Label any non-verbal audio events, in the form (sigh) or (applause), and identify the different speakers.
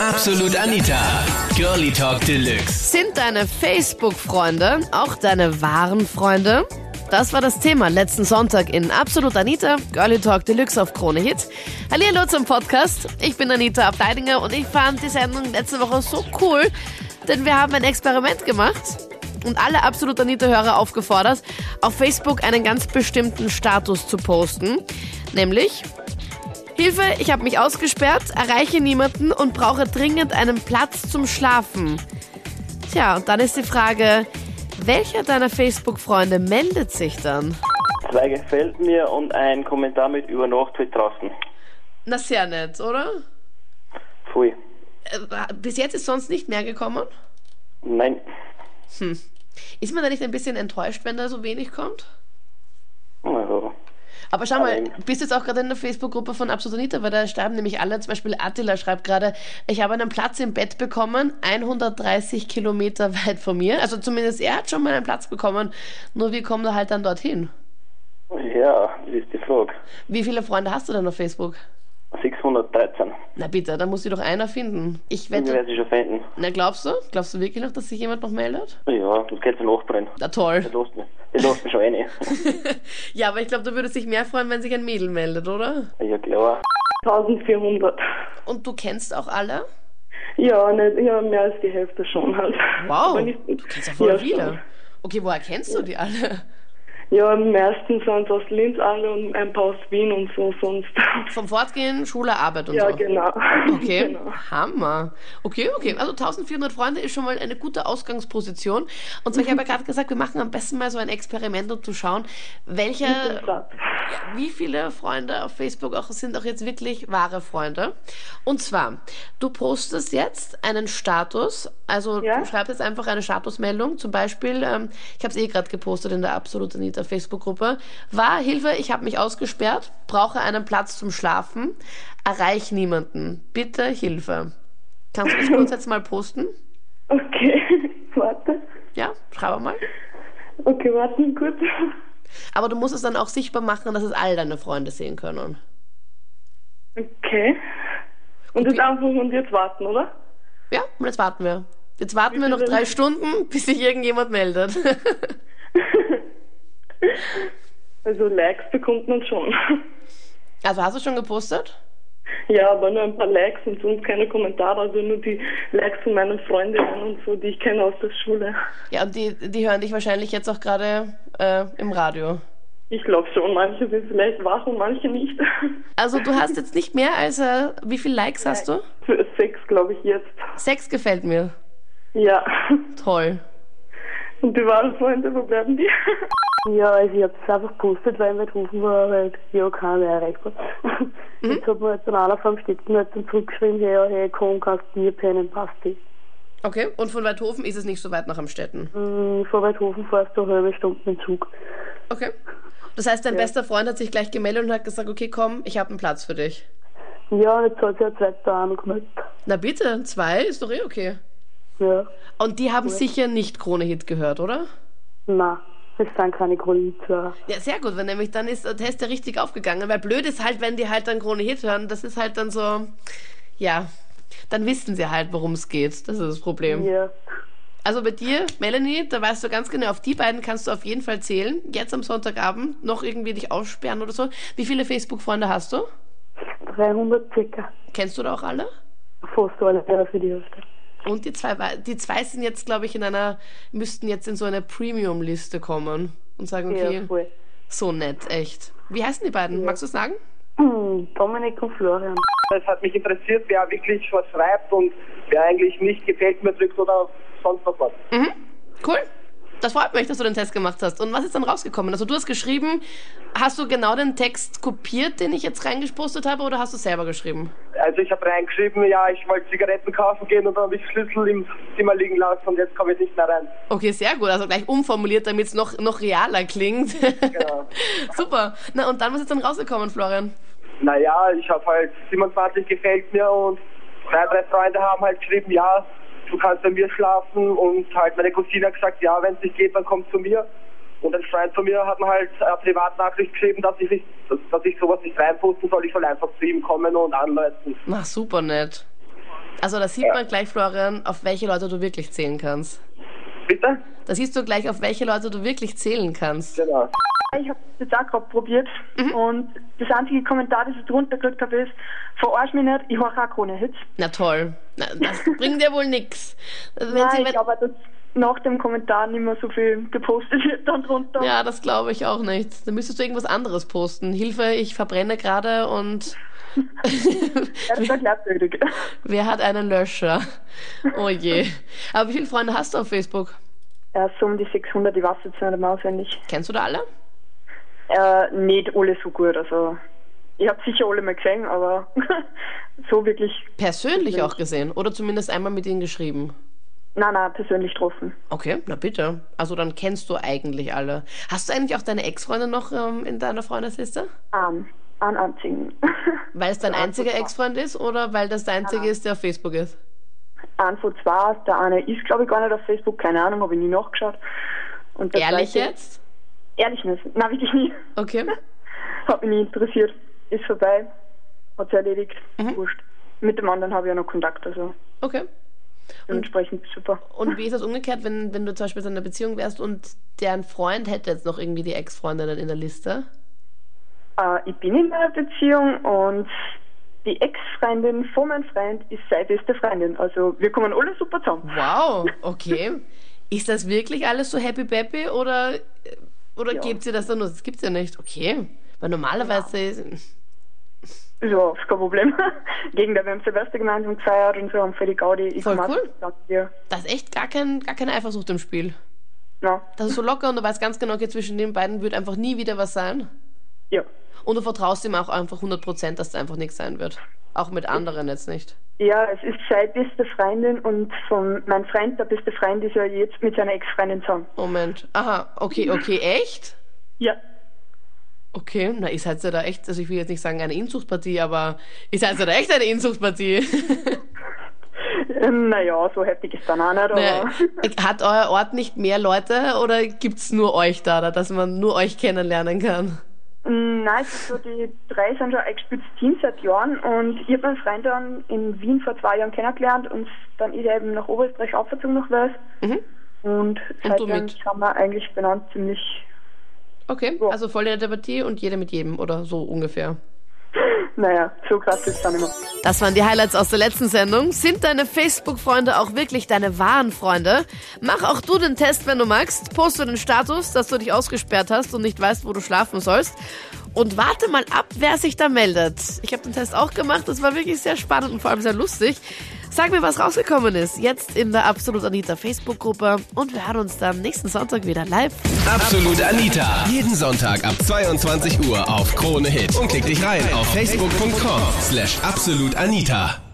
Speaker 1: Absolut Anita. Girlie Talk Deluxe.
Speaker 2: Sind deine Facebook-Freunde auch deine wahren Freunde? Das war das Thema letzten Sonntag in Absolut Anita, Girlie Talk Deluxe auf Krone Hit. Hallihallo zum Podcast. Ich bin Anita Abteidinger und ich fand die Sendung letzte Woche so cool, denn wir haben ein Experiment gemacht und alle Absolut Anita-Hörer aufgefordert, auf Facebook einen ganz bestimmten Status zu posten, nämlich Hilfe, ich habe mich ausgesperrt, erreiche niemanden und brauche dringend einen Platz zum Schlafen. Tja, und dann ist die Frage, welcher deiner Facebook-Freunde meldet sich dann?
Speaker 3: Zwei gefällt mir und ein Kommentar mit über Nacht wird draußen.
Speaker 2: Na, sehr nett, oder?
Speaker 3: Pfui.
Speaker 2: Äh, Bis jetzt ist sonst nicht mehr gekommen.
Speaker 3: Nein.
Speaker 2: Ist man da nicht ein bisschen enttäuscht, wenn da so wenig kommt?
Speaker 3: Also,
Speaker 2: Aber schau mal,
Speaker 3: Nein.
Speaker 2: bist jetzt auch gerade in der Facebook-Gruppe von Absolut Anita, weil da schreiben nämlich alle, zum Beispiel Attila schreibt gerade, ich habe einen Platz im Bett bekommen, 130 Kilometer weit von mir. Also zumindest er hat schon mal einen Platz bekommen, nur wir kommen da halt dann dorthin.
Speaker 3: ja, das ist die Frage.
Speaker 2: Wie viele Freunde hast du denn auf Facebook?
Speaker 3: 613.
Speaker 2: Na bitte, da muss sie doch einer finden. Ich
Speaker 3: Ich
Speaker 2: wette.
Speaker 3: werde sie schon finden.
Speaker 2: Na, glaubst du? Glaubst du wirklich noch, dass sich jemand noch meldet?
Speaker 3: Ja, das geht zum Nachbrennen.
Speaker 2: Na toll.
Speaker 3: Das lässt mich, das lässt mich schon rein.
Speaker 2: Ja, aber ich glaube, du würdest dich mehr freuen, wenn sich ein Mädel meldet, oder?
Speaker 3: Ja, klar.
Speaker 4: 1400.
Speaker 2: Und du kennst auch alle?
Speaker 4: Ja, nicht, ja, mehr als die Hälfte schon halt.
Speaker 2: Wow,
Speaker 4: Aber nicht-
Speaker 2: du kennst ja voll
Speaker 4: schon.
Speaker 2: viele. Okay, woher kennst du die alle?
Speaker 4: Ja, am meisten sind aus Linz alle und ein paar aus Wien und so sonst. (laughs)
Speaker 2: Vom Fortgehen, Schule, Arbeit und
Speaker 4: Ja,
Speaker 2: so.
Speaker 4: genau.
Speaker 2: Okay,
Speaker 4: (laughs) Genau.
Speaker 2: Hammer. Okay, okay. Also 1400 Freunde ist schon mal eine gute Ausgangsposition. Und zwar, ich habe ja gerade gesagt, wir machen am besten mal so ein Experiment, um zu schauen, welcher
Speaker 4: Satz.
Speaker 2: wie viele Freunde auf Facebook auch sind auch jetzt wirklich wahre Freunde. Und zwar, du postest jetzt einen Status, also
Speaker 4: Ja.
Speaker 2: du schreibst jetzt einfach eine Statusmeldung, zum Beispiel, ähm, ich habe es eh gerade gepostet in der Absolut Anita Facebook-Gruppe, war Hilfe, ich habe mich ausgesperrt, brauche einen Platz zum Schlafen, erreich niemanden, bitte Hilfe. Kannst du das kurz jetzt mal posten?
Speaker 4: Okay, (laughs) warte.
Speaker 2: Ja, schreib mal.
Speaker 4: Okay, warten kurz.
Speaker 2: Aber du musst es dann auch sichtbar machen, dass es all deine Freunde sehen können.
Speaker 4: Okay. Und jetzt einfach und jetzt warten, oder?
Speaker 2: Ja, und jetzt warten wir. Jetzt warten wir noch
Speaker 4: viele
Speaker 2: drei
Speaker 4: sind-
Speaker 2: Stunden, (laughs) bis sich irgendjemand meldet. (laughs)
Speaker 4: Also Likes bekommt man schon. (laughs)
Speaker 2: Also hast du schon gepostet?
Speaker 4: Ja, aber nur ein paar Likes und sonst keine Kommentare, also nur die Likes von meinen Freundinnen und so, die ich kenne aus der Schule.
Speaker 2: Ja, und die, die hören dich wahrscheinlich jetzt auch gerade äh, im Radio.
Speaker 4: Ich glaube schon, manche sind vielleicht wach und manche nicht. (laughs)
Speaker 2: Also du hast jetzt nicht mehr als, äh, wie viele Likes hast du?
Speaker 4: Für sechs, glaube ich, jetzt.
Speaker 2: Sechs gefällt mir.
Speaker 4: Ja.
Speaker 2: Toll.
Speaker 4: Und die wahren Freunde, wo bleiben die?
Speaker 5: Ja, also ich hab's einfach gepostet, weil mein Rufen war halt ja keiner mehr erreichbar.
Speaker 2: Mhm.
Speaker 5: Jetzt hat mir halt dann einer vom Städten halt dann zurückgeschrieben, hey, ja, hey, komm, kannst du mir pennen, passt dich.
Speaker 2: Okay, und von Weidhofen ist es nicht so weit nach Amstetten.
Speaker 5: Hm, Von Weidhofen fährst du eine halbe Stunde mit dem Zug.
Speaker 2: Okay. Das heißt, dein bester Freund hat sich gleich gemeldet und hat gesagt, okay, komm, ich habe einen Platz für dich.
Speaker 5: Ja, und jetzt hat sich ein zweiter auch noch gemeldet.
Speaker 2: Na bitte, zwei ist doch eh okay.
Speaker 5: Ja,
Speaker 2: Und die haben sicher nicht Krone-Hit gehört, oder?
Speaker 5: nein, es sind keine Kolonizierer.
Speaker 2: Ja, sehr gut, weil nämlich dann ist der Test ja richtig aufgegangen, weil blöd ist halt, wenn die halt dann Krone Hit hören, das ist halt dann so, ja, dann wissen sie halt, worum es geht, das ist das Problem.
Speaker 5: Ja,
Speaker 2: Also bei dir, Melanie, da weißt du ganz genau, auf die beiden kannst du auf jeden Fall zählen, jetzt am Sonntagabend noch irgendwie dich aussperren oder so. Wie viele Facebook-Freunde hast du?
Speaker 5: 300 circa.
Speaker 2: Kennst du da auch alle?
Speaker 5: Fast alle, ja, für die Hälfte.
Speaker 2: Und die zwei, wei- die zwei sind jetzt, glaube ich, in einer, müssten jetzt in so eine Premium-Liste kommen und sagen, okay,
Speaker 5: Ja, voll.
Speaker 2: so nett, echt. Wie heißen die beiden? Magst du es sagen?
Speaker 5: Hm, Dominik und Florian.
Speaker 6: Es hat mich interessiert, wer wirklich was schreibt und wer eigentlich nicht gefällt mir drückt oder sonst noch was.
Speaker 2: Cool. Das freut mich, dass du den Test gemacht hast. Und was ist dann rausgekommen? Also du hast geschrieben, hast du genau den Text kopiert, den ich jetzt reingepostet habe, oder hast du selber geschrieben?
Speaker 6: Also ich habe reingeschrieben, ja, ich wollte Zigaretten kaufen gehen und dann habe ich Schlüssel im Zimmer liegen lassen und jetzt komme ich nicht mehr rein.
Speaker 2: Okay, sehr gut. Also gleich umformuliert, damit es noch, noch realer klingt.
Speaker 7: Genau.
Speaker 2: (laughs) Super. Na und dann, was ist dann rausgekommen, Florian?
Speaker 6: Naja, ich habe halt 27 gefällt mir und zwei, drei Freunde haben halt geschrieben, ja, du kannst bei mir schlafen und halt meine Cousine hat gesagt, ja, wenn es nicht geht, dann komm zu mir. Und ein Freund von mir hat mir halt äh, Privatnachricht geschrieben, dass ich nicht, dass, dass ich sowas nicht reinposten soll, ich soll einfach zu ihm kommen und anleiten.
Speaker 2: Na, super nett. Also da sieht man gleich, Florian, auf welche Leute du wirklich zählen kannst.
Speaker 6: Bitte?
Speaker 2: Da siehst du gleich, auf welche Leute du wirklich zählen kannst.
Speaker 6: Genau.
Speaker 7: (laughs) Ich habe das auch gerade probiert
Speaker 2: Mhm.
Speaker 7: und das einzige Kommentar, das ich drunter gekriegt habe, ist, verarsch mich nicht, ich horche auch keine Hits.
Speaker 2: Na toll. Na, das bringt dir wohl nix. Wenn
Speaker 7: Nein,
Speaker 2: sie,
Speaker 7: ich
Speaker 2: wenn,
Speaker 7: glaube, dass nach dem Kommentar nicht mehr so viel gepostet wird dann drunter.
Speaker 2: ja, das glaube ich auch nicht. Dann müsstest du irgendwas anderes posten. Hilfe, ich verbrenne gerade und
Speaker 7: Das ist
Speaker 2: (laughs)
Speaker 7: ja glaubwürdig.
Speaker 2: wer hat einen Löscher? Oh je. Aber wie viele Freunde hast du auf Facebook?
Speaker 7: Äh, so um die 600, ich weiß jetzt nicht mehr auswendig.
Speaker 2: Kennst du da alle?
Speaker 7: Äh, nicht alle so gut, also ich habe sicher alle mal gesehen, aber (laughs) so wirklich,
Speaker 2: Persönlich auch gesehen oder zumindest einmal mit ihnen geschrieben.
Speaker 7: nein, nein, persönlich getroffen.
Speaker 2: Okay, na bitte. Also dann kennst du eigentlich alle. Hast du eigentlich auch deine Ex-Freunde noch ähm, in deiner Freundesliste?
Speaker 7: An, an Ähm, einzigen. (laughs)
Speaker 2: Weil es dein
Speaker 7: Ja,
Speaker 2: einziger
Speaker 7: total.
Speaker 2: Ex-Freund ist oder weil das der einzige ist, der auf Facebook ist?
Speaker 7: Ein von zwei, der eine ist, glaube ich, gar nicht auf Facebook, keine Ahnung, habe ich nie nachgeschaut. Und der
Speaker 2: Ehrlich
Speaker 7: zweite-
Speaker 2: jetzt?
Speaker 7: Ehrlich nicht, nein, wirklich nie.
Speaker 2: Okay.
Speaker 7: Hat mich nie interessiert. Ist vorbei. Hat sich erledigt.
Speaker 2: Mhm.
Speaker 7: Wurscht. Mit dem anderen habe ich ja noch Kontakt, also
Speaker 2: Okay.
Speaker 7: dementsprechend super.
Speaker 2: Und wie ist das umgekehrt, wenn, wenn du zum Beispiel in einer Beziehung wärst und deren Freund hätte jetzt noch irgendwie die Ex-Freundin in der Liste?
Speaker 7: Äh, ich bin in einer Beziehung und die Ex-Freundin von meinem Freund ist seine beste Freundin. Also wir kommen alle super zusammen.
Speaker 2: Wow, okay. ist das wirklich alles so happy peppy oder, oder
Speaker 7: Ja.
Speaker 2: gebt ihr das dann nur? Das gibt's ja nicht. Okay. Weil normalerweise ist.
Speaker 7: Ja, ist kein Problem. (laughs) Gegenteil, wir haben Silvester gemeinsam gefeiert und so haben für die Gaudi. Ich
Speaker 2: Voll
Speaker 7: komm auch
Speaker 2: cool.
Speaker 7: zusammen mit dir.
Speaker 2: Da ist echt gar, kein, gar keine Eifersucht im Spiel.
Speaker 7: Na,
Speaker 2: Das ist so locker und du weißt ganz genau, okay, zwischen den beiden wird einfach nie wieder was sein.
Speaker 7: ja.
Speaker 2: Und du vertraust ihm auch einfach 100%, dass da einfach nichts sein wird. Auch mit anderen jetzt nicht.
Speaker 7: Ja, es ist seine beste Freundin und von mein Freund, der beste Freund, ist ja jetzt mit seiner Ex-Freundin zusammen.
Speaker 2: Moment. Aha, okay, okay, echt?
Speaker 7: Ja.
Speaker 2: Okay, na, ist halt ja da echt, also ich will jetzt nicht sagen eine Inzuchtpartie, aber ist halt ja da echt eine Inzuchtpartie.
Speaker 7: Naja, Ähm, so heftig ist dann auch nicht,
Speaker 2: (laughs)
Speaker 7: aber
Speaker 2: Naja, Ne, Hat euer Ort nicht mehr Leute oder gibt's nur euch da, da, dass man nur euch kennenlernen kann?
Speaker 7: (laughs) Mm, nein, es ist so, die drei sind schon ein gespitztes Team seit Jahren und ich habe meinen Freund dann in Wien vor zwei Jahren kennengelernt und dann ist er eben nach Oberösterreich aufgezogen nach Wels
Speaker 2: Mhm.
Speaker 7: und
Speaker 2: du
Speaker 7: seitdem
Speaker 2: mit?
Speaker 7: haben wir eigentlich benannt ziemlich,
Speaker 2: Okay,
Speaker 7: Ja.
Speaker 2: also voll in der Partie und jeder mit jedem oder so ungefähr.
Speaker 7: naja, so krass ist es dann immer.
Speaker 2: Das waren die Highlights aus der letzten Sendung. Sind deine Facebook-Freunde auch wirklich deine wahren Freunde? Mach auch du den Test, wenn du magst. Poste den Status, dass du dich ausgesperrt hast und nicht weißt, wo du schlafen sollst. Und warte mal ab, wer sich da meldet. Ich habe den Test auch gemacht. Das war wirklich sehr spannend und vor allem sehr lustig. Sag mir, was rausgekommen ist. Jetzt in der Absolut Anita Facebook-Gruppe. Und wir hören uns dann nächsten Sonntag wieder live.
Speaker 1: Absolut Anita. Jeden Sonntag ab 22 Uhr auf Krone Hit. Und klick dich rein auf facebook.com slash absolutanita.